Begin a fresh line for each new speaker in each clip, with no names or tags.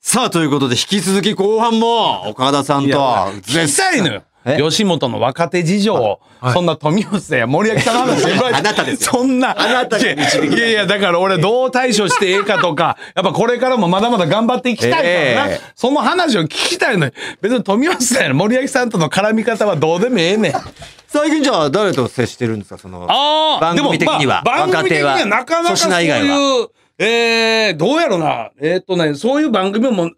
さあ、ということで、引き続き後半も、岡田さんと、
聞きたいのよ。
え
吉本の若手事情を、そんな富吉や森脇さんの話
あなたですよ
そんな。
あなたが導き出し
い
た
やいや、だから俺どう対処してええかとか、やっぱこれからもまだまだ頑張っていきたいからな。
ええ
その話を聞きたいのよ。別に富吉さんや森脇さんとの絡み方はどうでもええねん。
最近じゃあ、誰と接してるんですか、その、
ああ
番組的には
でもまあ、番
若
組的
手
に
は
はなかな
粗
かそう
品以外
いう、えー、どうやろな。えーっ、とね、そういう番組も、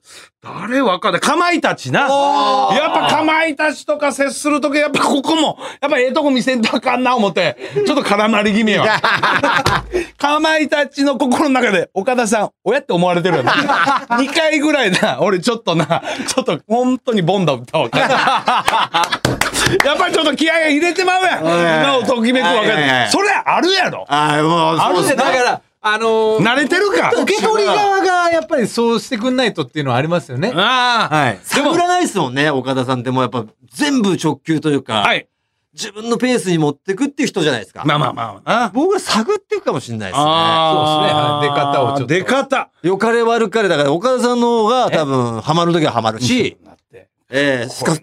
誰わかんない。かまいたちな。やっぱかまいたちとか接するとき、やっぱここも、やっぱええとこ見せんとあかんな思って、ちょっと絡まり気 味よ。かまいたちの心の中で、岡田さん、親って思われてる よね。2回ぐらいな、俺ちょっとな、ちょっと本当にボンダ打ったわけ。やっぱりちょっと気合が入れてまうやん。今をときめくわけ
はいはいはい
で。それあるやろ。
ああ、もう、
ある
そう
ぜ
で
だから、あのー
慣れてるか。
受け取り側がやっぱりそうしてくんないとっていうのはありますよね。
ああ。
はい。
でも
探らないですもんね、岡田さんってもうやっぱ、全部直球というか、
はい。
自分のペースに持ってくっていう人じゃないですか。
まあまあまあな。
僕は探っていくかもしれないですね。
あ
そうですねはい出方をちょっと
出方。
良かれ悪かれだから、岡田さんの方が多分、ハマるときはハマるし、
だって
ええ、すか、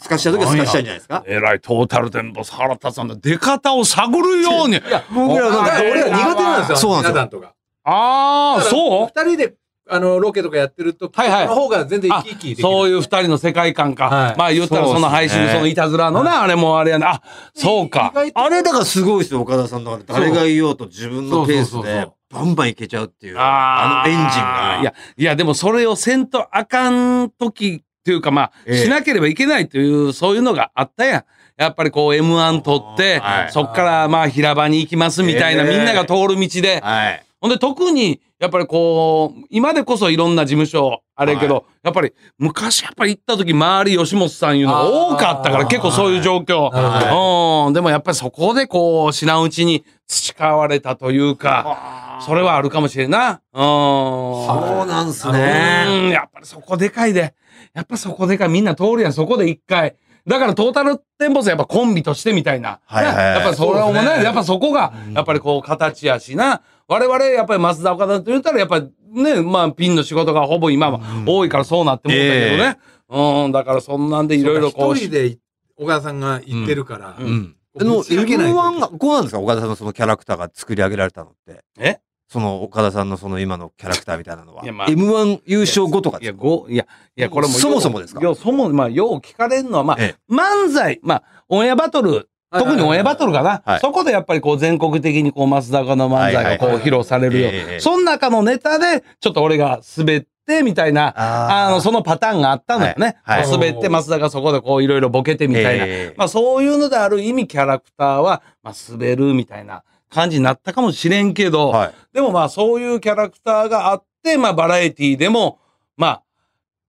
すかしたときはすかしたいんじゃないですか。
えらいトータルテンボス原田さんの出方を探るように。
僕ら
だ
なんか
か
ら
俺ら苦手なんですよ。
そうなんですよ
ひな壇とか。
ああ、そう
二人で、あの、ロケとかやってるとき
はいはい
の方が全然
あ
生き生きできる。
そういう二人の世界観か。
はい
まあ言ったらその配信
そう
の
っすね
そのいたずらのな、あれもあれやな。あ、そうか
意。外と
あれだからすごいですよ、岡田さんだから。誰がいようと自分のペース
そうそうそう
で
そう、
バンバンいけちゃうっていう、
あ
あ
ー
のエンジンが。
いや、いや、でもそれをせんとあかん時っていうか、まあ、
ええ
しなければいけないという、そういうのがあったやん。やっぱりこう M1 取って、
はい
そっからまあ平場に行きますみたいな、
ええ
みんなが通る道で。
はい。
ほんで特に、やっぱりこう、今でこそいろんな事務所、あれやけど、やっぱり昔やっぱり行った時、周り吉本さんいうのが多かったか
あ
ら、
ー
結構そういう状況。
なるほど
うん。でもやっぱりそこでこう、品打ちに培われたというか、それはあるかもしれんな。うん。
そうなんす
う
ね。
ん、やっぱりそこでかいで。やっぱそこでかい。みんな通るやん、そこで一回。だからトータルテンボスはやっぱコンビとしてみたいな。
はいはい
なやっぱそれをも
そうで
ね、
すね
やっぱそこが、やっぱりこう形やしな。我々、やっぱり増田岡田と言ったら、やっぱりね、まあピンの仕事がほぼ今は多いからそうなってもんだけどね。うん、だからそんなんでいろいろこう。
一人で小川さんが行ってるから。
うん
うん。
こ
で
う
も、
打ち明けないと
M1 が、こうなんですか岡田さんのそのキャラクターが作り上げられたのって。
え
その岡田さんのその今のキャラクターみたいなのは。
いやまあ
M1 優勝後とか
い
です
や、
か
ご、いや、いや、これもよう。
そもそもですか
いや、そも、まあ、よう聞かれるのは、まあ
え、
漫才、まあ、オンエアバトル
はい
特にオンエアバトルかな、
はい
そこでやっぱりこう全国的にこう増田の漫才がこ
はいはいはい
う披露されるよ、
ええ
その中のネタでちょっと俺が滑ってみたいな
あ
あ
ー
のそのパターンがあったのよね、
はいはい
こう滑って増田がそこでこういろいろボケてみたいな、
ええ
まあ、そういうのである意味キャラクターは、まあ、滑るみたいな感じになったかもしれんけど、
はい。
でもまあそういうキャラクターがあって、まあバラエティでも、まあ、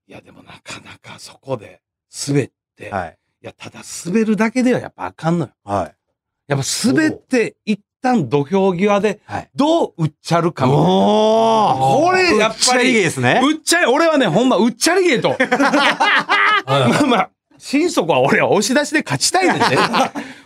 いやでもなかなかそこで滑って、
はい。
いやただ滑るだけではやっぱあかんのよ。
はい。
やっぱ滑って一旦土俵際で
はい
どううっちゃるかみたいな
お
これやっぱり
ですね。
うっちゃり俺はねほんまうっちゃりゲ ーとまあまあ心底は俺は押し出しで勝ちたいね んね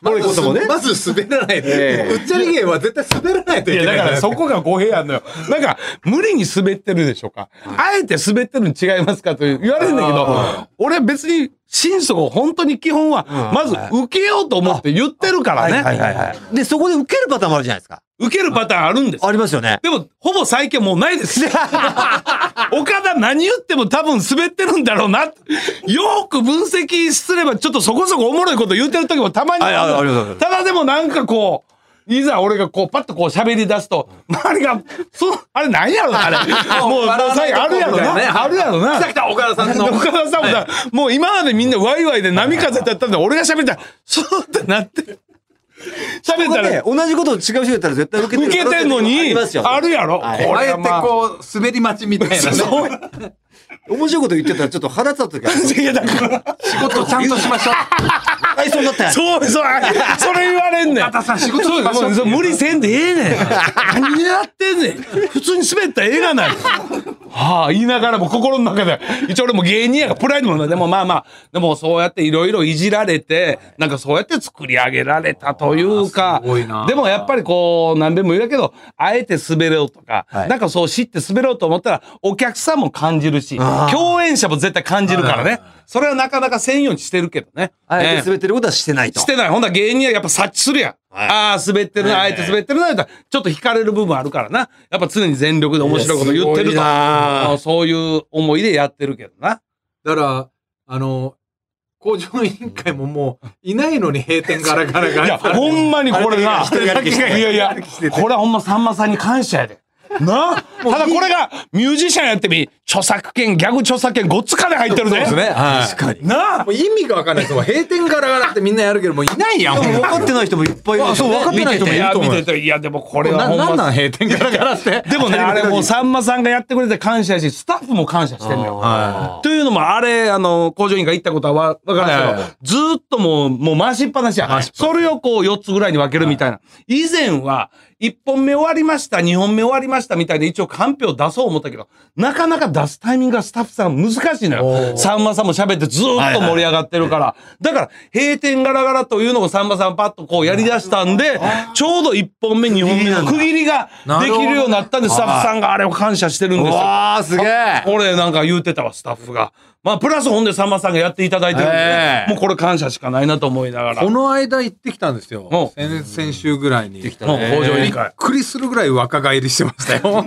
まず
こともね
まず滑らない
え
で。
え
うっちゃり芸は絶対滑らないとい
い
け
や
ない。
だからそこが語弊あんのよなんか無理に滑ってるでしょうか、あえて滑ってるに違いますかという言われるんだけど俺は別に心底本当に基本はまず受けようと思って言ってるからね、
はいはいはい。で、そこで受けるパターンもあるじゃないですか。
受けるパターンあるんです
ありますよね。
でも、ほぼ最近はもうな いです。岡田何言っても多分滑ってるんだろうな。よーく分析すれば、ちょっとそこそこおもろいこと言ってる時もたまに
はいはいありますあります
ただでもなんかこう、いざ俺がこう、パッとこう喋り出すと、周りが、そう、あれ何やろな、あれ。もう、もう最後あるやろな。あるやろな。
来た来た岡田さんの。
岡田さんもだ、もう今までみんなワイワイで波風立ったんで、俺が喋ったら、そうってなって、喋ったら、
同じことを違う人やったら絶対受けて
受
る。
けてんの
あ
に、
りますよ。
あるやろ。
はい
こ
あ
れ
え
は
て
まあ
こう、滑り待ちみたいなね。
そう
面白いこと言ってたらちょっと腹立った時ある。
いやだから、
仕事ちゃんとしましょう。
大そうになったやん。
そうそう、あそれ言われんねん。
岡田さん仕事しましょう
そうそう無理せんでええねん。何やってんねん。普通に滑ったらええがない。はあ、言いながらも心の中で、一応俺も芸人やからプライドもないでもまあまあ、でもそうやっていろいろいじられて、なんかそうやって作り上げられたというか、
すごいな
でもやっぱりこう、何べんも言うけど、あえて滑ろうとか、
はい
なんかそう知って滑ろうと思ったら、お客さんも感じるし
あー
共演者も絶対感じるからねそれはなかなかせんようにしてるけどね
あえ
え
て滑ってることはしてないと。
してない。ほんだら芸人はやっぱ察知するやん。
はい
ああ、滑ってるな、あえて滑ってるな、言うたらちょっと惹かれる部分あるからな。やっぱ常に全力で面白いこと言ってる
いやすごい
と。
な
あーそういう思いでやってるけどな。
だから、あの、工場委員会ももう、いないのに閉店ガラガラガラ。
いや、ほんまにこれな。
一人歩き
い
して
やいや、これはほんまさんまさんに感謝やで。なあただこれがミュージシャンやってみ、著作権、ギャグ著作権、ごっつ金入ってるで。
ね。はい
確。かに。
なあ
もう意味がわかんないです。もう閉店ガラガラってみんなやるけど、もういないやん。
でも分かってない人もいっぱいいるでしょ
あそう分かってない人もいると思う
や見てていや、でもこれは
な
ほんま
なんなん閉店ガラガラって。
でもね、あれもうさんまさんがやってくれて感謝やし、スタッフも感謝してんのよ。
あ
というのも、あれ、あの、工場委員会行ったことはわわか
はい
ら
はい
な
はいい
けど、ずーっともう、もう回しっぱなしや。それをこう、4つぐらいに分けるみたいな。以前は、1本目終わりました、2本目終わりましたみたいで、一応カンペを出そう思ったけど、なかなか出すタイミングがスタッフさん難しいの
お
よ。
ー
さんまさんも喋ってずーっと盛り上がってるから。だから、閉店ガラガラというのをさんまさんパッとこうやり出したんで、ちょうど1本目、2本目の区切りができるようになったんで、スタッフさんがあれを感謝してるん
う
ですよ。
わあすげえ。
俺なんか言うてたわ、スタッフが。まあ、プラスほんでさんまさんがやっていただいてるんで、
ええ
もうこれ感謝しかないなと思いながら。
この間行ってきたんですよ
お。
先先週ぐらいに。びっ
たね
もう工場委員会。
くりするぐらい若返りしてましたよ。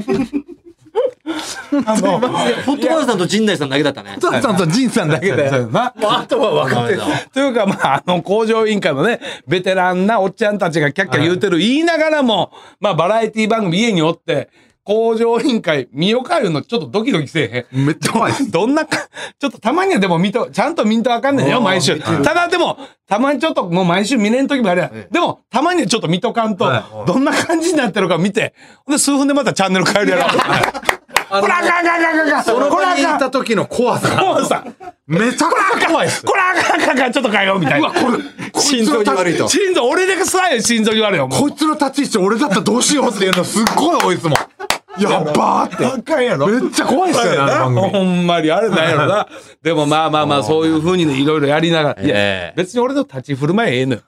ホットバーさんと陣内さんだけだったね。
さんと仁さんだけで。
そうやな
もうあとは若手。
というか、まあ、あの、工場委員会もね、ベテランなおっちゃんたちがキャッキャ言うてる、言いながらも、まあ、バラエティ番組家におって、工場委員会見ようかいうのちょっとドキドキせえへん。
めっちゃ怖いです。
どんなか、ちょっとたまにはでも見と、ちゃんと見んとあかんねんよ、毎週。ただでも、たまにちょっともう毎週見れん時もあるやん。でも、たまにはちょっと見とかんと
は、
どんな感じになってるか見て、ほんで数分でまたチャンネル変えるやろ。 こらあかんあかんあかんあかん。
その
こら
場
あ
に行っ
かん。
た時の怖さ。
もうさ、
めちゃ くちゃ怖いです。
こらあかんあかんあかん、ちょっと変えようみたいな。
心臓に悪いと。
心臓、俺でさえ心臓に悪いよ、もう。
こいつの立ち位置俺だったらどうしようっていうのすっごい多いですもん。やっばーって。
かんやろ
めっちゃ怖いっすよね、あの 番
ほ
組。
んまにあれなんやろな。 でもまあまあまあ、そういうふうにね、いろいろやりながら。いや
ええ、
別に俺の立ち振る舞いはええのよ。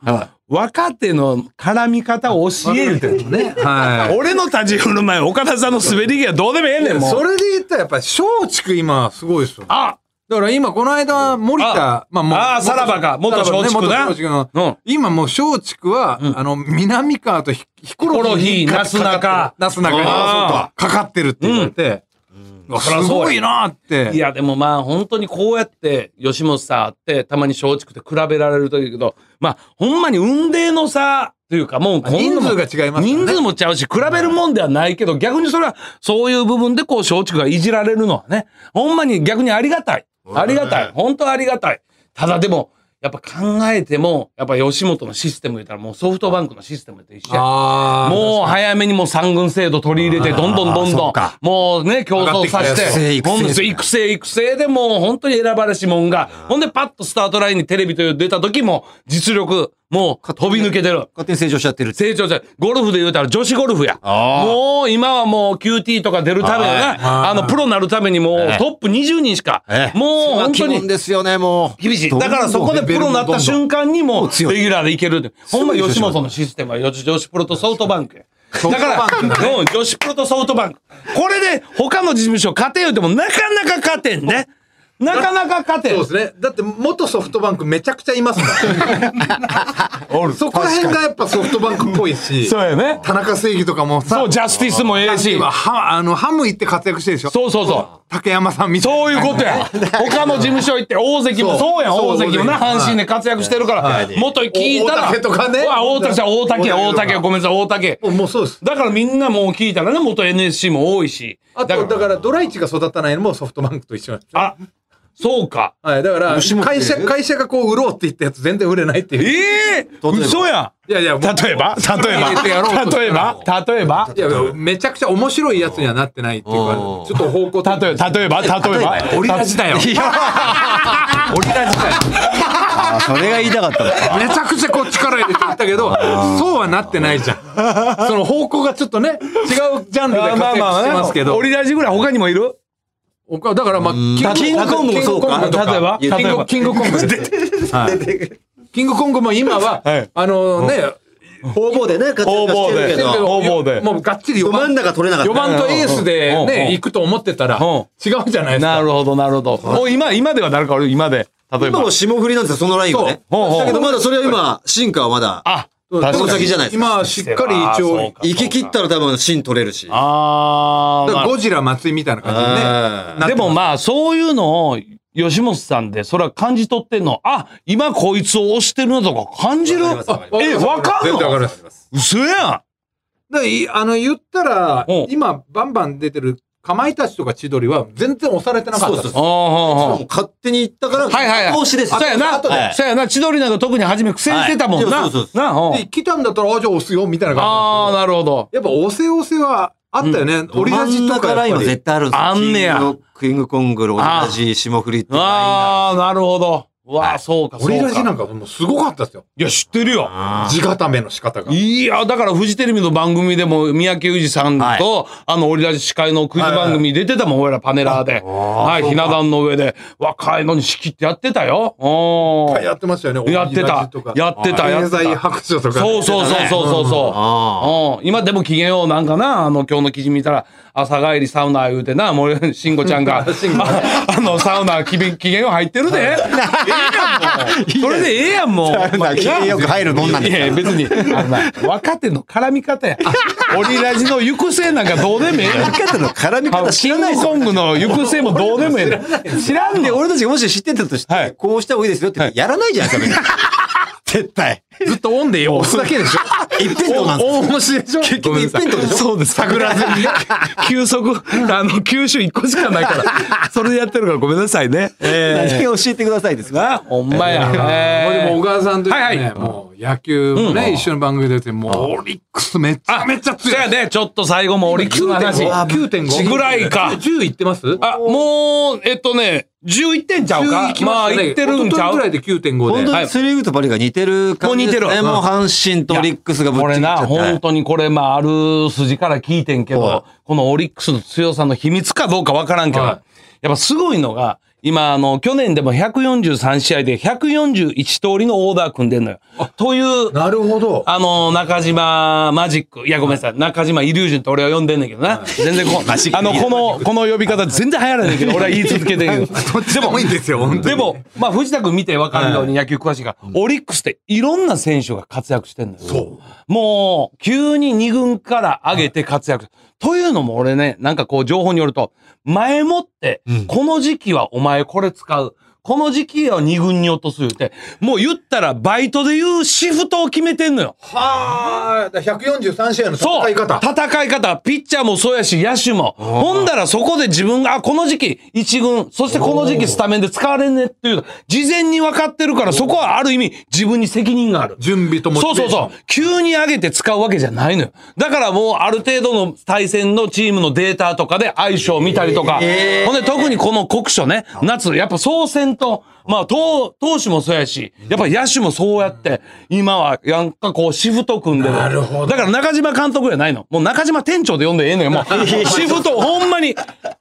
若手の絡み方を教えるって。
ね。は
俺の立ち振る舞い、岡田さんの滑り芸はどうでもええねん、
い。
も。
そうれで言ったらやっぱり松竹今すごいですよね。
あ
だから今この間森田、まあもう
あーさらばか元松竹な
さらばね元松竹
うん
の今もう松竹は、あの、南川とヒヒコロヒ
ヒ
ーに
コロヒーなすなか
なすなかに
あ
かかってるって言われて、
あ、
すごいなーって。
いやでもまあ本当にこうやって吉本さんあってたまに松竹って比べられるというけどまあほんまに運命の差というかもうこんなもん
人数が違いますからね
人数もちゃうし比べるもんではないけど逆にそれはそういう部分でこう松竹がいじられるのはねほんまに逆にありがたいありがたい本当ありがたいただでもやっぱ考えてもやっぱ吉本のシステム言ったらもうソフトバンクのシステムと一緒や
あー
もう早めにもう三軍制度取り入れて、どんどんどんどん、もうね、競争させ
上がって
て、
きたやつ
ほんで育成、育成でもう本当に選ばれし者が、ほんでパッとスタートラインにテレビという出た時も、実力、もう飛び抜けてる。
勝手に成長しちゃってる。
成長者、ゴルフで言うたら女子ゴルフや。
あー
もう今はもう QT とか出るために
はい
な、あの、プロなるためにもう
ええ
トップ20人しか
え、え
もう本当
基本
に。
ですよね、もう。
厳しい。だからそこでプロになった瞬間にもう、レギュラーでいけるって。ほんま吉本のシステムは女子女子プロとソフトバンクや。だから、 うん女子プロとソフトバンク。これで他の事務所勝てよってもなかなか勝てんね。なかなか勝て
そうんで。すね。だって元ソフトバンクめちゃくちゃいますもん。そこら辺がやっぱソフトバンクっぽいし、
そうやね。
田中正義とかもさ、
そう、ジャスティスもええし。
今ハあのハム行って活躍してるでしょ。
そうそうそう。
竹山さんみたいな。
そういうこと や。他の事務所行って、大関も、
そう
そうやん、
そう
大関もな、
大関
阪神で活躍してるから、元聞いたら、
大竹とかね
うわ大竹さん、大竹や、大竹や、ごめんなさい、大竹。
もうもうそうです。
だからみんなもう聞いたらね、元 NSC も多いし。
あと、だから、ドライチが育たないのもソフトバンクと一緒なんですよ。
あ、そうか。
はい、だから、
吉本で
会社、会社がこう、売ろうって言ったやつ全然売れないって
え
いう。
え
ば
嘘やん。
いやいや、もう
例えば例え
入れてやろうとし
ば
たら
例えば例えば
いや、めちゃくちゃ面白いやつにはなってないっていうか、ちょ
お
っ
ー
と方向
例えば例えば例えば
オリラジだよ。
いや、
オリラジだよ。
あそれが言いたかったのか。
めちゃくちゃこう力入れていったけど、そうはなってないじゃん。その方向がちょっとね、違うジャンルで活躍してますけど。
オリラジぐらい他にもいる
おかだからまあ、キングコングもそうか。
例えば
キングキングコング。はいキングコングも今は、
はい
あのね、
方々でね、活躍してるけ
方々
ど。
方々で
もうがっちり
ど
4
真ん
番、
中取れなか
4
った。
番とエースで
うんうんうん
ね、行くと思ってたら、
うん
違うじゃないです
な
か。
るほど、なるほど。もう今、今では誰か俺、今で。例え
今
ば
も。霜降りなんですよ、そのラインがね。
そうほうほう
だけどまだそれは今、進化はまだ、
あ、
そう
確
この
かに
先じゃないですか。
今、しっかり一
あーそう
応
か、
行き切ったら多分芯取れるし。
あ
だ
ー
か
ま
らゴジラ松井みたいな感じでね。
あ
あ、
な
でもまあ、そういうのを、吉本さんで、それは感じ取ってんの。あ、今こいつを押してるなとか感じる。
わかりますわかります
え、わかん
全然わか
の
る
ー
嘘や
だからいあの、言ったら
うん、
今、バンバン出てる、かまいたちとか千鳥は全然押されてなかったです。
そうそうそ
ん。ああ、
もう勝手に行ったから、
はいはいはい
投資ですよ。
そうやな
後で。。
そうやな。千鳥なんか特に初め苦戦してたもん
は
な。
いそうそうそう
なうん
で、来たんだったら、あ、じゃあ押すよ、みたいな
ああ、
感
なるほど。
じなんですけど。やっぱ、押せ押せはあったよね。オリラジと
真
か
ん中ラインは
やっぱり。
絶対あるんですよ。
あんねや
キングオブキングコングル、同じ霜降りっていうラインが
ああ、なるほど。うわあ、そうか、そう
オ
か。
リラジなんかもうすごかったですよ。
いや、知ってるよ。
あ
地固めの仕方が。
いや、だからフジテレビの番組でも、三宅裕二さんと、
はい
あの、オリラジ司会のクイズ番組に出てたもん、俺らパネラーで。はい、ひな壇の上で、若いのに仕切ってやってたよ。おー
やってましたよね。
やってた
オリラジとか。
やってたやってた
経済白書とかね。
そうそうそうそうそうそう。
あ
うん、今でも機嫌ようなんかな、あの、今日の記事見たら、朝帰りサウナ言うてな、もう、 慎吾ちゃんが、ああの、サウナ機嫌、機嫌よう入って るで。ええやん、もう。それでええやん、もう。
あ。機嫌よく入るもんなん
いやいや別に、あのな若手の絡み方や。オリラジの行く末なんかどうでもええやん。
方の絡み
キングコングの行く末もどうでもええねん知らんね
で、
ん。
俺たちがもし知ってたとし
は
て
い、
こうした方がいいですよって言ってやらないじゃないですか、別に絶対。
ずっとオンでよ。押すだけでしょ。
一辺倒なんですよ
オン押しでしょ。
結局一辺倒でしょ
そうです。探らずに。休息、あの、休止1個しかないから。それでやってるからごめんなさいね。え
何を教えてくださいですか
な、ほんまや。
もうで
え
も
ー
小川さんというね、
はいはい
もう野球もね、一緒の番組出て、もうオリックスめちゃめちゃ強
そや
い。
ね、ちょっと最後もオリックスの話。
9.5
9.5
ぐらいか
10いってます
あ、もう、えっとね、11点ちゃうか。まあ、いってるんちゃ
ぐら
う
いで9.5
本
で。
当にセ・リーグとパ・リーグが似てる感じですね。
もう似てる
もう阪神とオリックスがぶっ
こ
ち
れ
ぎっちゃ
な、
って。
本当にこれ、まあ、ある筋から聞いてんけ
は
ど、このオリックスの強さの秘密かどうかわからんけど、
は
やっぱすごいのが、今、あの、去年でも143試合で141通りのオーダー組んでんのよ。という、
なるほど。
あの、中島マジック。いや、ごめんなさい。中島イリュージョンって俺は呼んでんねんけどな。全然こう、あの、この、この呼び方全然流行らないけど、俺は言い続けてんけど。
どっちでもいいんですよ、本当
で
に。
も、まあ、藤田君見て分かるように野球詳しいから、オリックスっていろんな選手が活躍してんのよ。
そう
もう、急に2軍から上げて活躍。というのも俺ね、なんかこう、情報によると、前もって、この時期はお前これ使う。この時期は2軍に落とす言うて、もう言ったらバイトで言うシフトを決めてんのよ。
はあ、だから143試合の
そう戦い方。ピッチャーもそうやし、野手も。ほんだらそこで自分が、あ、この時期、一軍、そしてこの時期スタメンで使われんねっていうの、事前に分かってるから、そこはある意味、自分に責任がある。
準備とも
そうそうそう。急に上げて使うわけじゃないのよ。だからもうある程度の対戦のチームのデータとかで相性を見たりとか。ほんで特にこの酷暑ね、夏、やっぱ総選と、まあ投、投手もそうやし、やっぱ野手もそうやって、今はやんかこうシフト組んでる。
なるほど
だから中島監督じゃないの。もう中島店長で呼んでええのよ。も う、シフト、ほんまに、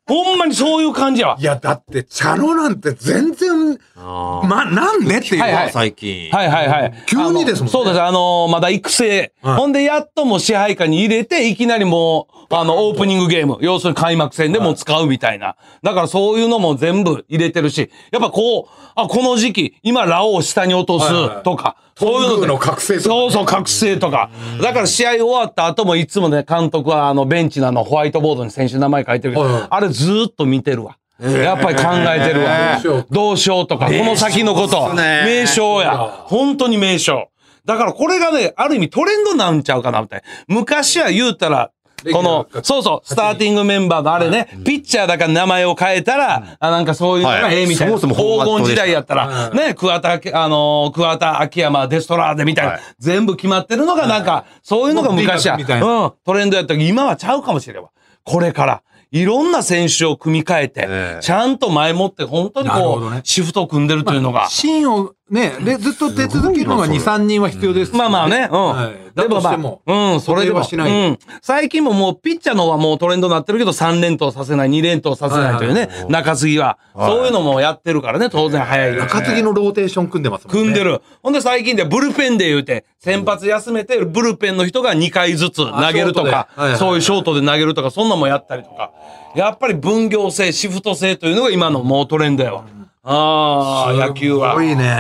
ほんまにそういう感じやわ
い。や、だって、茶野なんて全然、ま、なんでっていう。
はいはい
最近。
はいはいはい。
急にですもんね
あのそうです。あのーまだ育成。
い
ほんで、やっともう支配下に入れて、いきなりもう、あの、オープニングゲーム、要するに開幕戦でもう使うみたいな。だからそういうのも全部入れてるし、やっぱこう、あ、この時期、今、ラオウを下に落と
はいはい
すとか、そういうの
頓宮
で
の覚醒とかね
そうそう、覚醒とか。だから試合終わった後もいつもね、監督はあの、ベンチのあの、ホワイトボードに選手の名前書いてるけ
はいはい
ど、あれずーっと見てるわ。やっぱり考えてる
どうしよ
わ
う。
どうしようとか、この先のこと、
そうっすね
名称や。本当に名称。だからこれがね、ある意味トレンドなんちゃうかな、みたいな。昔は言うたら、
レギ
こ
ュラ
の
ーか、
そうそう、スターティングメンバーのあれね、ピッチャーだから名前を変えたら、あなんかそういうのが
はい
ええみたいな。
そ
黄
もそもフォーマットでした
金時代やった
は
ら、
い
ね、桑田、あのー、桑田、秋山、デストラーデみたいな、全部決まってるのがなんか、そういうのが昔は、
もうリーガルみたいな
うん、トレンドやったけど、今はちゃうかもしれんわ。これから、いろんな選手を組み替えて、
ええ
ちゃんと前もって、本当に
なる
こ
ほど
う、
ね
シフトを組んでるというのが。
芯をね、で、ずっと出続けるのが
すごい
2、
なそれ
3人は必要です。
まあまあね。うん。
はいだとしても
でまあうん、それでも
固定はしない
うん。最近ももう、ピッチャーの方はもうトレンドになってるけど、3連投させない、2連投させないというね
はいはい、
中継ぎは。
い
そういうのもやってるからね、当然早いですね。
中継ぎのローテーション組んでますもんね。
組んでる。ほんで最近でブルペンで言うて、先発休めて、ブルペンの人が2回ずつ投げるとか
あショートではいはいは、い
そういうショートで投げるとか、そんなんもやったりとか。やっぱり分業制、シフト制というのが今のもうトレンドやわ。ああ、
すごいね
野球は。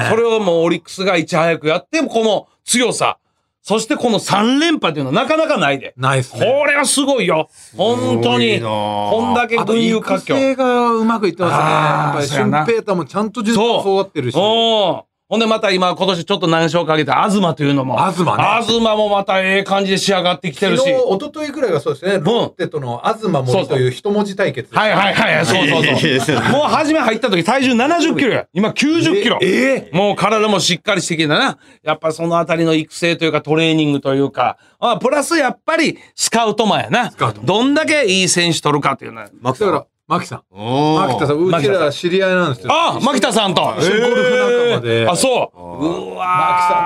それをもうオリックスがいち早くやって、この強さ。そしてこの3連覇というのはなかなかないで。
ないっすね。
これはすごいよ。本当に。
すごいなあ
こんだけ
あと
群雄
育
割拠。
成がうまくいって
あー
ますね。
そう
や
や
っ
な
ぱり、シュンペーターもちゃんと順
そ
調
う
そうってるし。
おーほんでまた今、今年ちょっと難勝かけた東というのも。
東ね
東もまたええ感じで仕上がってきて
昨
る
日、
し。は
一昨日ぐらいがそうですね、ロッテとの東森という一文字対決。
いはいはい、そうそ
いや
う
いやい
そう。
や
もう初め入った時体重70キロや。今90キロ。
ええ
もう体もしっかりしてきたな。やっぱそのあたりの育成というかトレーニングというか。あプラスやっぱりスカウトマンやな
カウト。
どんだけいい選手取るかというな。
マキ
だから、マキさん。マキ
牧
タさん、うちら知り合いなんですよ。
あ牧田さんと。ゴ
一緒にゴルフ仲間で
あ、そう。うわ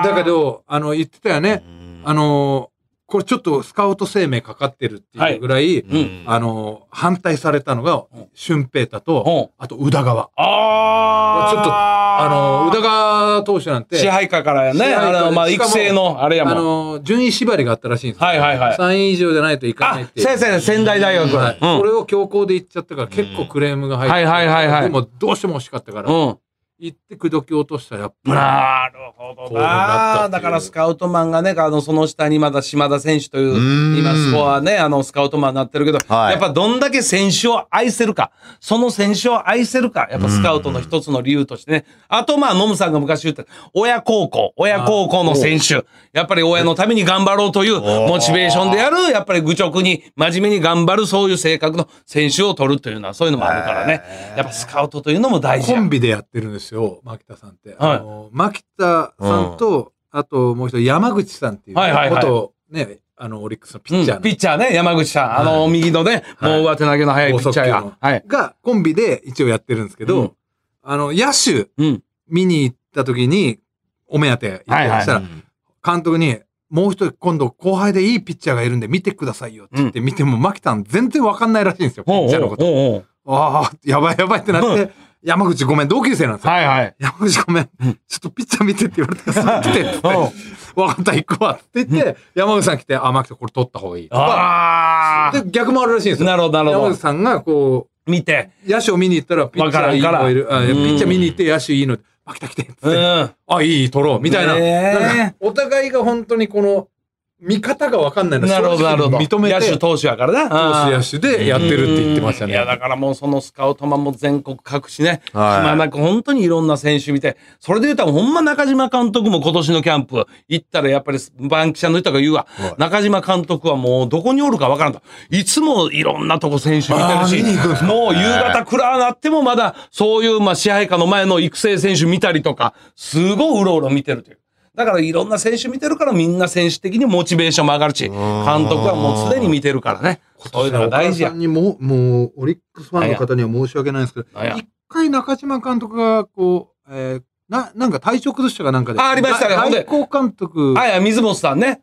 ー
マキさん、だけど、あの、言ってたよね。あの、これちょっとスカウト生命かかってるっていうぐらい、
ん
あの、反対されたのが、俊平太
うん
と、あと宇田川。
あー
ちょっとあの、宇田川投手なんて、
支配下からや
支
ね。
配下で
あの、まあ、
しか
育
も
成の、あれや
あ
もん。
の、順位縛りがあったらしいんですよ
はいはいはい
3位以上じゃないといかな
あ
いっ、ていう。
先生、仙台大学。う
はいそ
ん。
れを強行で行っちゃったから結構クレームが入って、
はいはいはいはい
でもどうしても惜しかったから、
うん。
行って口説き落としたらやっぱ
なるほど
興奮だった
な。
ってい
だ
う
からスカウトマンがね、あの、その下にまだ島田選手とい
ー
う
ん
う、今スコアね、あの、スカウトマンになってるけど、
はい
やっぱどんだけ選手を愛せるか、その選手を愛せるか、やっぱスカウトの一つの理由としてね。あと、まあ、ノムさんが昔言った、親孝行、親孝行の選手、やっぱり親のために頑張ろうというモチベーションでやる、やっぱり愚直に、真面目に頑張る、そういう性格の選手を取るというのは、そういうのもあるからね。やっぱスカウトというのも大
り
事
コ
や。
ンビでやってるんですよ牧田さんって、あの牧田さんと、あともう一人山口さんっていう
はいはいはい
元ねあのオリックスのピッチャー
う
の
ん、ピッチャーね、山口さん。あの、右のね、
はい
もう上手投げの速いピッチャー
剛速
や。はい。
がコンビで一応やってるんですけど、
うん
あの野手
うん。
見に行った時にお目当て行って
はいはい
したら、監督に、もう一人今度後輩でいいピッチャーがいるんで見てくださいよって言って見ても、マキタン全然わかんないらしいんですよ、ピ
ほ
ッ
う
チャ
ほう
ーの
ほう
こと。
ほう
ああ、やばいやばいってな
う
って、山口ごめん、同級生なんですよ。
はいはい。
山口ごめん、ちょっとピッチャー見てって言われて、すぐ来てって言って、わかった、行くわって言って、山口さん来て、あ、マキタンこれ取った方がいい。
ああ。
で、逆もあるらしいんですよ。
なるほど、なるほ
山口
ど。
さんがこ
見て。
う、野手を見に行ったら、ピッチャーいいのがいる。
わから
あ
ん
ピ
から
ッチャー見に行って野手いいの。マキタン来てって
う
言って。
ん。
あ、いい、取ろう、みたいな。
ねえ
なんかお互いが本当にこの、見方が分かんないの
なるほど、なるほど。
正直認めて、
野手投手やからな。
投手野手でやってるって言ってました
いや、
ね。
だからもうそのスカウトマンも全国各地ね、
はい
暇なく本当にいろんな選手見て、それで言うたらほんま中島監督も今年のキャンプ行ったらやっぱりバンキシャの人が言うわ、中島監督はもうどこにおるかわからんと。いつもいろんなとこ選手見
あー
て
見に行くんで
る
す
し、もう夕方暗なってもまだそういうまあ支配下の前の育成選手見たりとか、すごいうろうろ見てるという。だからいろんな選手見てるからみんな選手的にモチベーションも上がるし、監督はもうすでに見てるからね。そういうのが大事や
お母さん。にも、もう、オリックスファンの方には申し訳ないんですけど、
なんや
一回中島監督が、こう、えーな、なんか体調崩したかなんかで。
あありましたねほんで
外交監督、
あいや、水本さんね。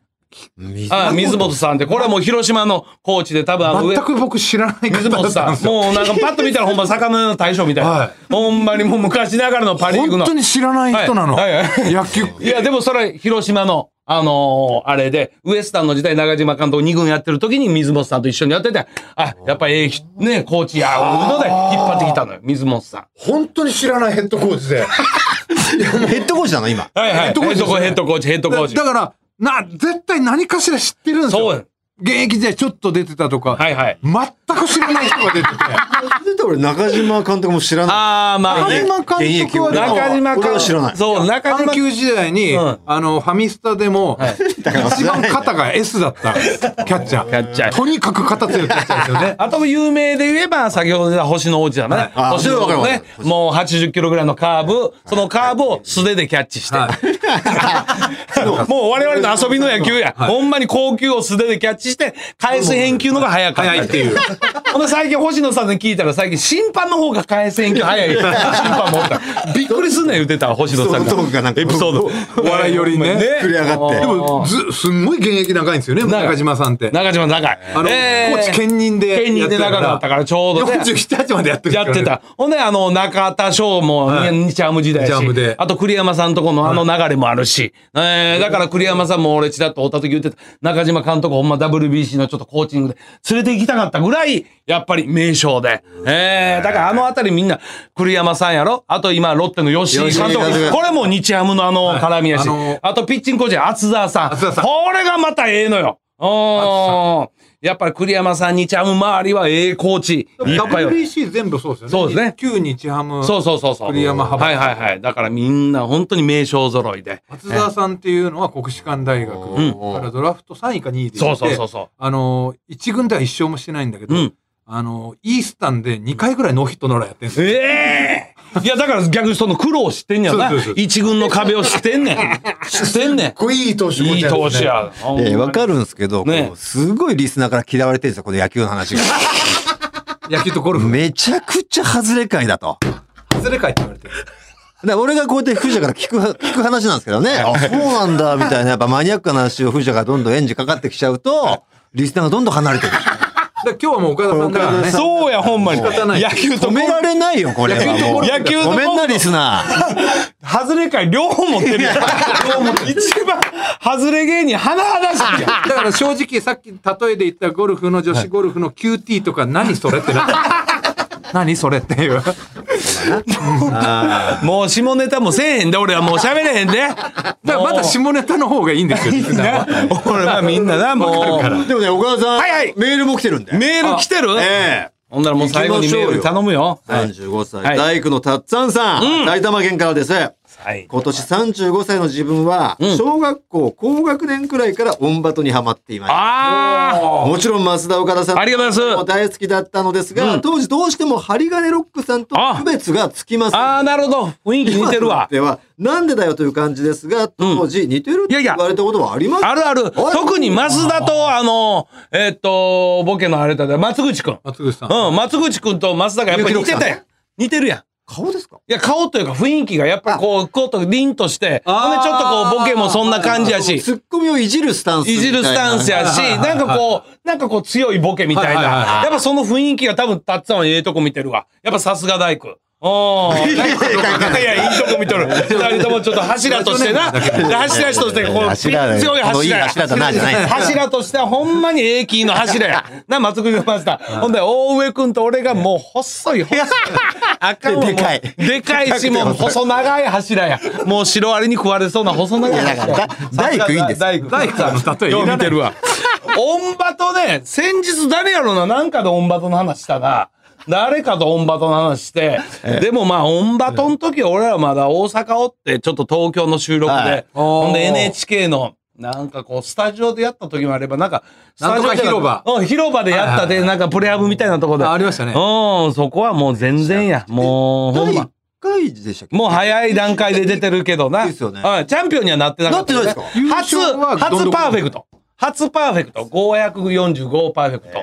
ああ水本さんって、これはもう広島のコーチで多分あの上
全、く僕知らない
水
方だ
本
った
さ
んで
ん。
すよ。
もうなんかパッと見たらほんま魚の大将みたいな。
はい
ほんまにもう昔ながらのパリーグの。
本当に知らない人なの。
はいはいはい
野球。
いや、でもそれは広島の、あのーあれで、ウエスタンの時代、中島監督2軍やってる時に水本さんと一緒にやってて、あ、やっぱええひ、ね、コーチや、いうので引っ張ってきたのよ、水本さ
本当に知らないヘッドコーチで。
ヘッドコーチなの今
ん。はいはい。
ヘ
ヘ
ッ
ッ
ド
ド
コ
コー
ーチですね
チ、ヘッドコーチ、ヘッドコーチ。
だだから、な、絶対何かしら知ってるんですよ。
そうや
現役時代ちょっと出てたとか、
はいはい。
全く知らない人が 出てて。
出て俺中島監督も知らない
あー、まあ
中
ね。
島監督はでも
中島監
俺は知らない
そう、中島
阪急時代に、
うん
あの、ファミスタでも、一番肩が S だったキャッチャー。
キャッチャー。
とにかく肩強いキャッチャーですよね
あとも有名で言えば、先ほど出た星の王子だね。
あ
星の王
それは
子
わか
ね
るわ。かる
もう80キロぐらいのカーブ、そのカーブを素手でキャッチして。 もう我々の遊びの野球や。ほんまに高級を素手でキャッチして、返す返球のが早かった。
早いっていう。
ほんで最近星野さんに聞いたら、最近審判の方が返す返球早い。審判もおった。びっくりすんねん言ってた、星野さん
そのトークがなん
が。
か
エピソード。
お笑いよりね
膨れ上がって
でも、ず、すんごい現役長いんですよね、
長い
中島さんって。
中島長い。
あの、
えー
高知兼任で。
兼任で長かったからちょうどね
48までやってる
や
ん
っ
です
て
よね。
た。ほんで、あの、中田翔も、
はい
日ハム時代やし
日ハムで
あと栗山さんとこのあの流れもあるし、えーだから栗山さんも俺ちらっとおった時言ってた、中島監督ほんま WBC のちょっとコーチングで連れて行きたかったぐらい、やっぱり名将で。えーだからあのあたりみんな、栗山さんやろあと今、ロッテの吉井監
吉井監
督。
督
これも日ハムのあの絡みやし、
あの
あとピッチングコーチ、厚澤さん。
厚澤さん
これがまたええのよ。おーやっぱり栗山さん、日ハム周りはええコーチ。いっぱいおる
WBC 全部そうですよね。
そうですね
旧日ハム。
そうそうそうそう。
栗山派
はいはいはい。だからみんな本当に名将揃いで。
松沢さんっていうのは国士舘大学
ん
からドラフト3位か2位で
そ
行
う
って
そうそうそ
あの、1軍では1勝もしてないんだけど、
うん
あの、イースタンで2回ぐらいノーヒットノーランやってるんです
う。
よ。
ええいやだから逆にその苦労を知ってんねやな
そうそうそう。
一軍の壁を知ってんねん。知ってんね
これいい投手
ん。
持
いい
ちなん
投
です
資
ね
や。
えーわかるんですけど、
ね
こうすごいリスナーから嫌われてるんですよ、この野球の話 が。
野球とゴルフ。
めちゃくちゃ外れ会だと。
外れかいって言われてる。だ
だから俺がこうやって藤田から聞く、 聞く話なんですけどね。あ、そうなんだ、みたいな。やっぱマニアックな話を藤田がどんどんエンジンかかってきちゃうと、リスナーがどんどん離れてくる。
から今日はもう岡田さんだからね。
そうや、ほんまに。
仕方ない
野球と
止められないよ、これはもう。
野球と
ごめんな、リスナー。
外れ会両方持ってるやん。一番、外れ芸人、甚だしいやん。
だから正直さっき例えで言ったゴルフの女子ゴルフの QT とか何それってな 何それっていう。
もう下ネタもせえへんで、俺はもう喋れへんで。だか
だからまだ下ネタの方がいいんですよ、リスナーは。
俺はみんなな、もう。
でもね、岡田さん、
はいはい
メールも来てるんで。
メール来てる
ええ
ほんならもう最後にメール頼むよ。
35歳、
はい
大工のたっつぁんさん、埼玉県からです。
はい。
今年35歳の自分は、小学校高学年くらいからオンバトにハマっていました。
あ
もちろん増田岡田さん
ありがとうございます
も大好きだったのですが、
うん
当時どうしても針金ロックさんと
あ
区別がつきま
あ、
せん。
ああ、なるほど。雰囲気似てるわ。
では、なんでだよという感じですが、当時似てるって
いやいや
言われたことはあります
あるあ
あ
る。
れ
特に増田と、あの、えーっと、ボケのあれだね松口くん。
松口さん。
うん、松口くんと増田がやっぱり似てたやん。似てるやん。
顔ですか
いや、顔というか雰囲気がやっぱこう、こうと凛として、ほ
あー
んでちょっとこう、ボケもそんな感じやし、
ツッコミをいじるスタンスみ
い
た
じ
いな。
るスタンスやし、なんかこう、なんかこう強いボケみたいな。
はいはいはいは
やっぱその雰囲気が多分、たっつぁんはええとこ見てるわ。やっぱさすが大工。 おー。いやいや、いいとこ見とる。二人ともちょっと柱として な。で柱として、こう、
柱だよ
強い
このいい
柱や。
柱だなじゃない
柱としてはほんまに英気の 柱や。な、松口のマスター。ほんで、大上くんと俺がもう細 い、細い。赤
でかい
でかいし、もう細長い柱や。もうシロアリに食われそうな細長い
いやだ
柱
から。大工いいんですよ
大工。
大工さんの例え
よ
いうら
見
な
て
い
るわ。オンバトね、先日誰やろな、なんかでオンバトの話したな。誰かとオンバトの話して、でもまあオンバトの時俺らまだ大阪おって、ちょっと東京の収録
は
で
い、
ほんで
おー
NHK の、なんかこう、スタジオでやった時もあれば、なんか、スタジオ
なんとか広場
うん、広場でやったで、なんかプレハブみたいなとこで。
あありましたね
うん、そこはもう全然や。もう、ほん
第
ま
1。回でしたっけ
もう早い段階で出てるけどな。
ですよね
はいチャンピオンにはなってなかった、
なってない
ですか
初、
優勝はどん
初
どん
パーフェクト。初パーフェクト。545パーフェクト。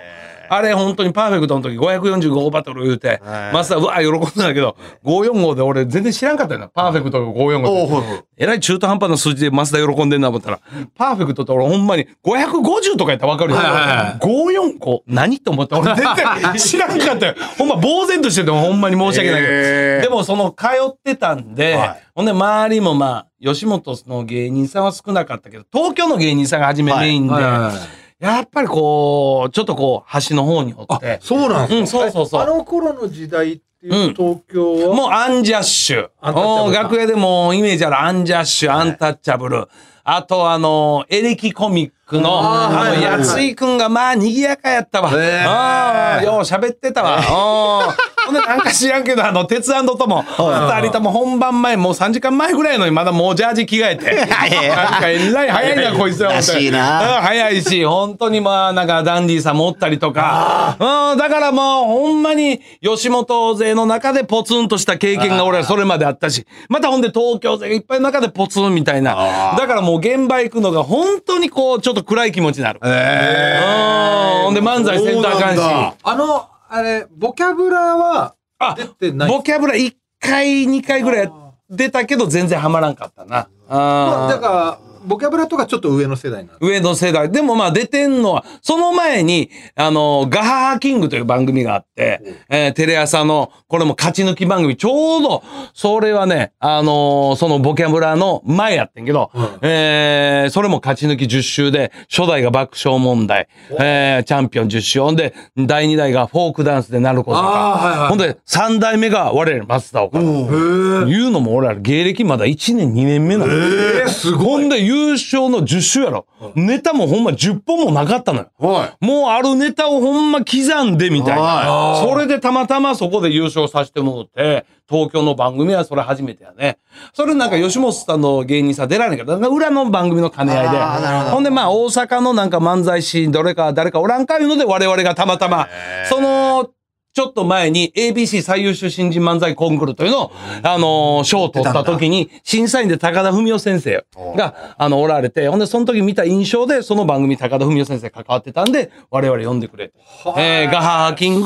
あれ本当にパーフェクトの時545バトル言うて、マスターうわ、喜んだんだけど、545で俺全然知らんかったよな。パーフェクトが
お
545って。
ほいほい
えらい中途半端な数字でマスター喜んでんな思ったら、パーフェクトって俺ほんまに550とかやったらわかるよ。
はいは
545何と思って俺全然知らんかったよ。ほんま呆然としててほんまに申し訳ないけど。
え
でもその通ってたんで、
はい
ほんで周りもまあ、吉本の芸人さんは少なかったけど、東京の芸人さんが初めメインで、
はいはいはい
やっぱりこう、ちょっとこう、橋の方におって、
そうなん
うん、そうそうそう。
の頃の時代って
いう
東京
もうアンジャッシュ。
アンタッチャブル
おー楽屋でもうイメージあるアンジャッシュ、アンタッチャブル。あとあの、エレキコミックの、
あー
あ
はい
の、
はいは
や
い
ついくんがまあ賑やかやったわ。
へー
あーよう喋ってたわ。おーほんでなんか知らんけど、あの、鉄腕とも、二人とも本番前、もう3時間前ぐらいのに、まだもうジャージ着替えて。なんか、えらい早いな、こいつら。
らしいな
うん早いし、本当にまあ、なんか、ダンディさんもおったりとか。うん、だからもう、ほんまに、吉本勢の中でポツンとした経験が俺はそれまであったし、またほんで東京勢がいっぱいの中でポツンみたいな。だからもう現場行くのが本当にこう、ちょっと暗い気持ちになる。うんほんで漫才センター
そ
監
うなん
視
だ。
あの、あれ、ボキャブラは
あ
出てない。
ボキャブラ1回、2回ぐらい出たけど全然ハマらんかったな。
まあだ
あー
から、ボキャブラとかちょっと上の世代なんで
上の世代。でもまあ出てんのは、その前に、あの、ガハハキングという番組があって、えーテレ朝の、これも勝ち抜き番組、ちょうど、それはね、あのーそのボキャブラの前やってんけど、えーそれも勝ち抜き10周で、初代が爆笑問題、えーチャンピオン10周、ほんで、第2代がフォークダンスでなる子とか、
あーはいはい
ほんで、3代目が我ら松田岡田。言うのも俺ら芸歴まだ1年2年目なの。えすごい。ほんで優勝の10週やろ。ネタもほんま10本もなかったのよ。
はい。
もうあるネタをほんま刻んでみたいな
は。
それでたまたまそこで優勝させてもらって、東京の番組はそれ初めてやね。それなんか吉本さんの芸人さん出られないから、なんか裏の番組の兼ね合いで。
あーなるほど
ほんでまあ大阪のなんか漫才師どれか誰かおらんかいうので我々がたまたま、その、ちょっと前に ABC 最優秀新人漫才コンクールというのを、あのー賞を取った時に、審査員で高田文夫先生が、あの、おられて、ほんで、その時見た印象で、その番組高田文夫先生関わってたんで、我々呼んでくれて。えー、ガハハキン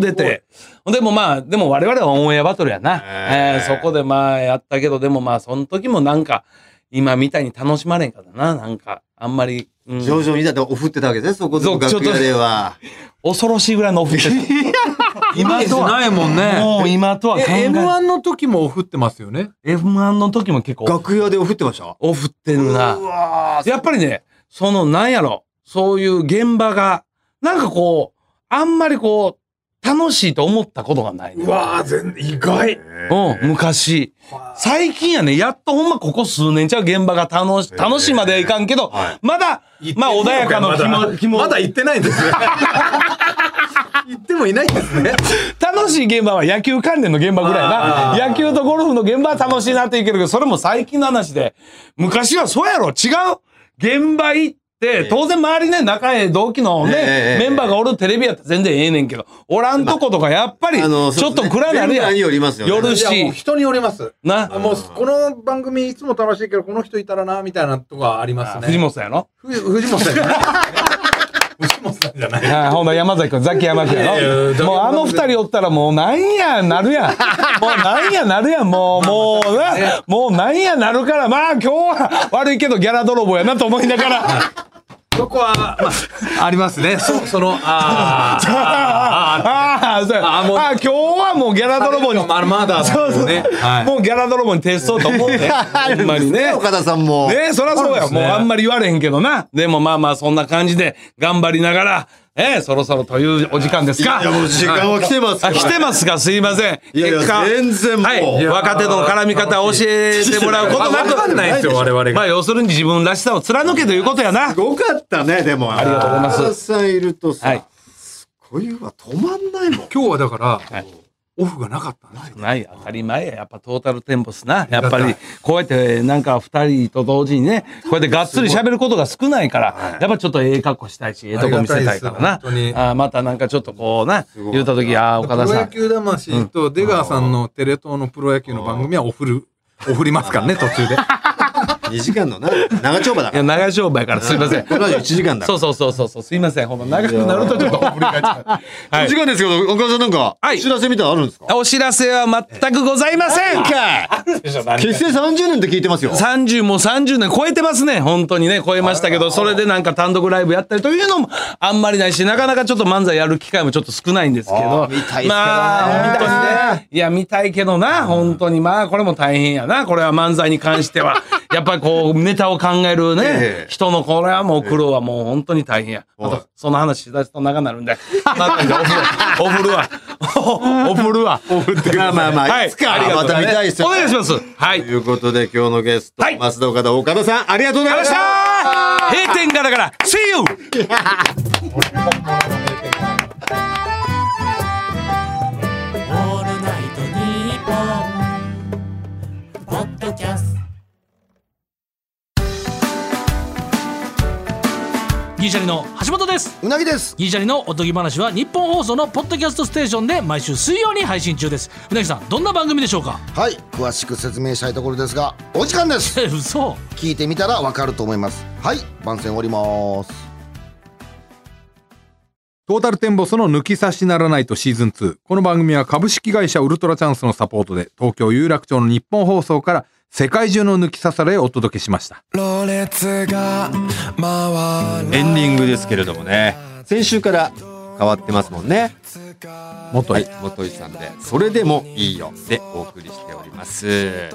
グ出て。ほんでもまあ、でも我々はオンエアバトルやな。えーそこでまあ、やったけど、でもまあ、その時もなんか、今みたいに楽しまれんかったな、なんか、あんまり。うん
徐々にだっておふってたわけですね、そこ
そう
の楽屋では。
恐ろし いぐらいのオフってた今とは、
いもんね。
もう今とは
え、
考え
M1 の時も振ってますよね。
F1 の時も結構
楽屋でおふってました
オフってるな。やっぱりね、そのなんやろ、そういう現場が、なんかこう、あんまりこう、楽しいと思ったことがない、ね。
わあ、全、意外。
うん、昔。最近やね、やっとほんまここ数年ちゃう現場が楽し、楽しいまではいかんけど、
はい
まだ、まあ穏やかな気
ま
も
だ
気も
まだ行ってないん ですね。行ってもいないんですね。
楽しい現場は野球関連の現場ぐらいな。野球とゴルフの現場は楽しいなって言うけど、それも最近の話で。昔はそうやろ違う現場行って、当然周りね、仲ええ同期のね、
ええ
メンバーがおるテレビやったら全然ええねんけど、おらんとことかやっぱり、ち
あの
ょっと暗なる
メンバ
や
ー
ん。
によりますよね
夜
いや、も
し、
う人によります。
な、
もう、この番組いつも楽しいけど、この人いたらな、みたいなとかありますね。
藤本さんやろ
ふ藤本さんじゃない。藤本さんじゃない。
ああほんなら山崎君、ザキヤマ君や
いやいやザキ
ろ。
ヤマ
もうあの二人おったらもうなんやなるやん。もうなんやなるやん。もう、もうな、もうなんやなるから、まあ今日は悪いけどギャラ泥棒やなと思いながら。
そこは、まあ、ありますね。 そ、その、あ ー
ああ、そうや。あ
あもう
あ今日はもうギャラ泥棒に。
まあまだだ
そうそう
ねはい
もうギャラ泥棒に徹そうと思って。ほんまにね。
岡田さんも。
ねそりゃそうや。
すね
もうあんまり言われへんけどな。でもまあまあそんな感じで頑張りながら、ええ、そろそろというお時間ですか。
いや、もう時間は来てます
あ、
から
来てますかすいません。
いやいや
結果
全然もう
はい。
いや
若手との絡み方を教えてもらうことなく。
わかんないです よ、我々
ま
が。
あ、要するに自分らしさを貫けということやな
す。ごかったね、でも。あ
りがとうございます
岡田さんいると
はい
さ、こういうは止まんないもん。
今日はだから、
はい
オフがなかったんですよ。
ない、当たり前や。やっぱトータルテンポスな。やっぱり、こうやってなんか二人と同時にね、こうやってがっつり喋ることが少ないから、やっぱちょっとええ格好したいし、ええとこ見せたいからな
ありがたいです本。当に
あまたなんかちょっとこうな、
ごい
言った時、ああ、岡
プ
田
ロ
さ
野
ん。
球魂と出川さんのテレ東のプロ野球の番組はオフる、オフりますからね、途中で。
2時間のな、長丁場だ
い
か
や、
ら。
長い商売からすいません。
これは1時間だか
そうそうそうそうそう、すいません。ほんま長くなるとちょっと振り返っちゃう。
ら。
は
1
い
時間ですけど、岡田さんなんか
は、い
知らせみたいなのあるんですか
お知らせは全くございません
結成30年って聞いてますよ。
30もう30年超えてますね。本当にね、超えましたけど、それでなんか単独ライブやったりというのもあんまりないし、なかなかちょっと漫才やる機会もちょっと少ないんですけど。
いっすけどね
まあ、本当にね。いや、見たいけどな、本当に。まあ、これも大変やな。これは漫才に関して は。やっぱりこう、ネタを考えるね
え、え
人のこれはもう苦労はもう本当に大変や。ま
はい
た、その話しだすと長なる んで。まあなんかおふるわ。おふるわ。おふる
ま
わ。
あまあまあ、
はい
いつか
ありがとう
また見たいです
お
よ。
願いします。はい
と。いうことで、今日のゲスト、
はい
増田岡田岡田さん、ありがとうござい
ありがとうございま
まし
した
た
閉店ガラガラ See you!
「おギリシャリの橋本です
うなぎです。
ギリシャリのおとぎ話は日本放送のポッドキャストステーションで毎週水曜に配信中ですうなぎさんどんな番組でしょうか
はい詳しく説明したいところですがお時間です
え 嘘
聞いてみたらわかると思いますはい番宣おります
トータルテンボスの抜き差しならないとシーズン2。この番組は株式会社ウルトラチャンスのサポートで東京有楽町の日本放送から世界中の抜き差されをお届けしました。
エンディングですけれどもね、先週から変わってますもんね。
元
は
へ
い、元井さんで、それでもいいよでお送りしております。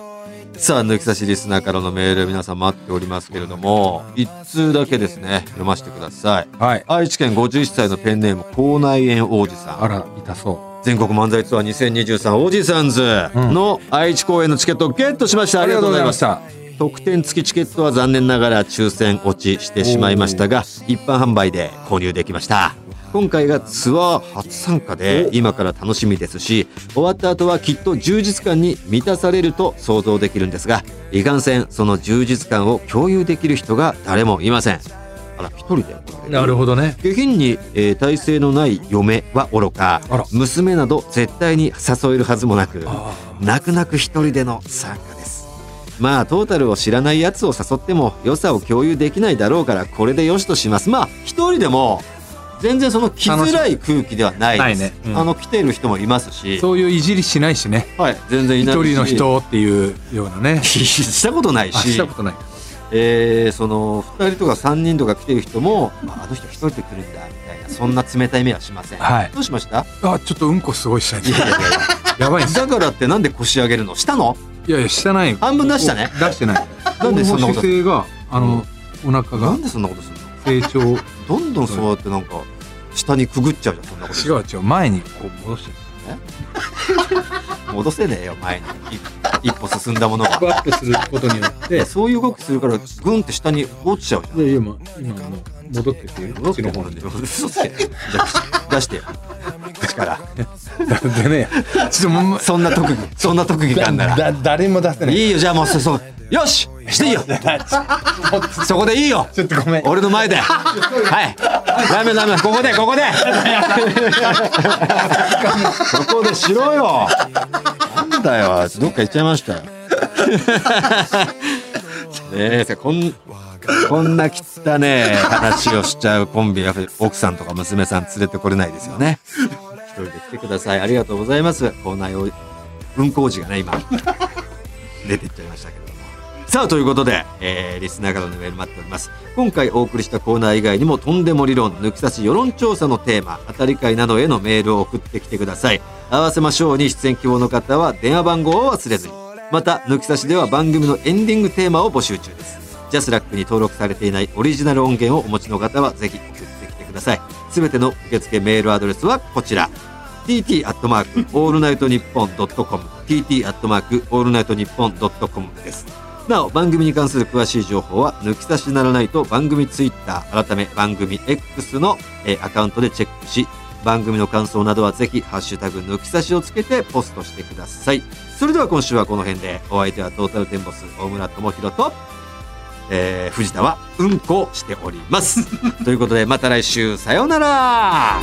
さあ、抜き差しリスナーからのメール皆さん待っておりますけれども、一通だけですね、読ませてください。
はい。
愛知県51歳のペンネーム、口内炎王子さん。
あら、痛そ
全国漫才ツアー2023オージーサンズの愛知公演のチケットをゲットしました。
う。
ありがとうございました。
た。
特典付きチケットは残念ながら抽選落ちしてしまいましたが一般販売で購入できました今回がツアー初参加で今から楽しみですし終わった後はきっと充実感に満たされると想像できるんですがいかんせんその充実感を共有できる人が誰もいませんあら一人で
なるほどね。
下品に、えー体制のない嫁は愚か
あら
娘など絶対に誘えるはずもなく泣く泣く一人での参加ですまあトータルを知らないやつを誘っても良さを共有できないだろうからこれでよしとしますまあ一人でも全然その来づらい空気ではないです
ないねうん
あの来てる人もいますし、
そういういじりしないしね。
はい、全然い
一
ないし
人の人っていうような ね。
したことない
あ、し
した
ことない。
えーその2人とか3人とか来てる人もああの人1人で来るんだみたいなそんな冷たい目はしません、
はい
どうしました
あ、ちょっとうんこすごいした い
いやいやいや
やばいんですよ
だからってなんで腰上げるのしたの
いやいや、したない。
半分出したね
出してない。
なんでそんなこと
姿勢が、あの、お腹
な
が
んでそんなことするの
成長。違う
どんどんそうやってなんか下にくぐっちゃうじゃんそんなこ
違う、前にこう戻して。
と戻せねえよ前に一一歩進んだものが
バッとすることによって。
そういう動きするからグンって下に落ちちゃうじゃん
で今今もう戻っててこっちの方なんで
嘘つけじゃあ出してよ口から
でねちょっともう
そんな特技そんな特技があんなら
だ誰も出せない
いいよじゃあもうそそうよししていいよそこでいいよ
ちょっとごめん
俺の前ではいダメダメここでここでここでしろよなんだよどっか行っちゃいましたよねえこんこんな汚ねえ話をしちゃうコンビが奥さんとか娘さん連れてこれないですよね一人で来てくださいありがとうございます校内を運行時がね今出てっちゃいましたけどもさあということで、えーリスナーからのメール待っております今回お送りしたコーナー以外にもとんでも理論抜き差し世論調査のテーマ当たり会などへのメールを送ってきてください合わせましょうに出演希望の方は電話番号を忘れずにまた抜き差しでは番組のエンディングテーマを募集中ですジャスラックに登録されていないオリジナル音源をお持ちの方はぜひ送ってきてくださいすべての受付メールアドレスはこちら tt アットマークオールナイトニッポンドットコム tt アットマークオールナイトニッポンドットコムですなお番組に関する詳しい情報は抜き差しならないと番組ツイッター改め番組 X の、えーアカウントでチェックし番組の感想などはぜひハッシュタグ抜き差しをつけてポストしてくださいそれでは今週はこの辺でお相手はトータルテンボス大村智広と、えー藤田はうんこをしておりますということでまた来週さようなら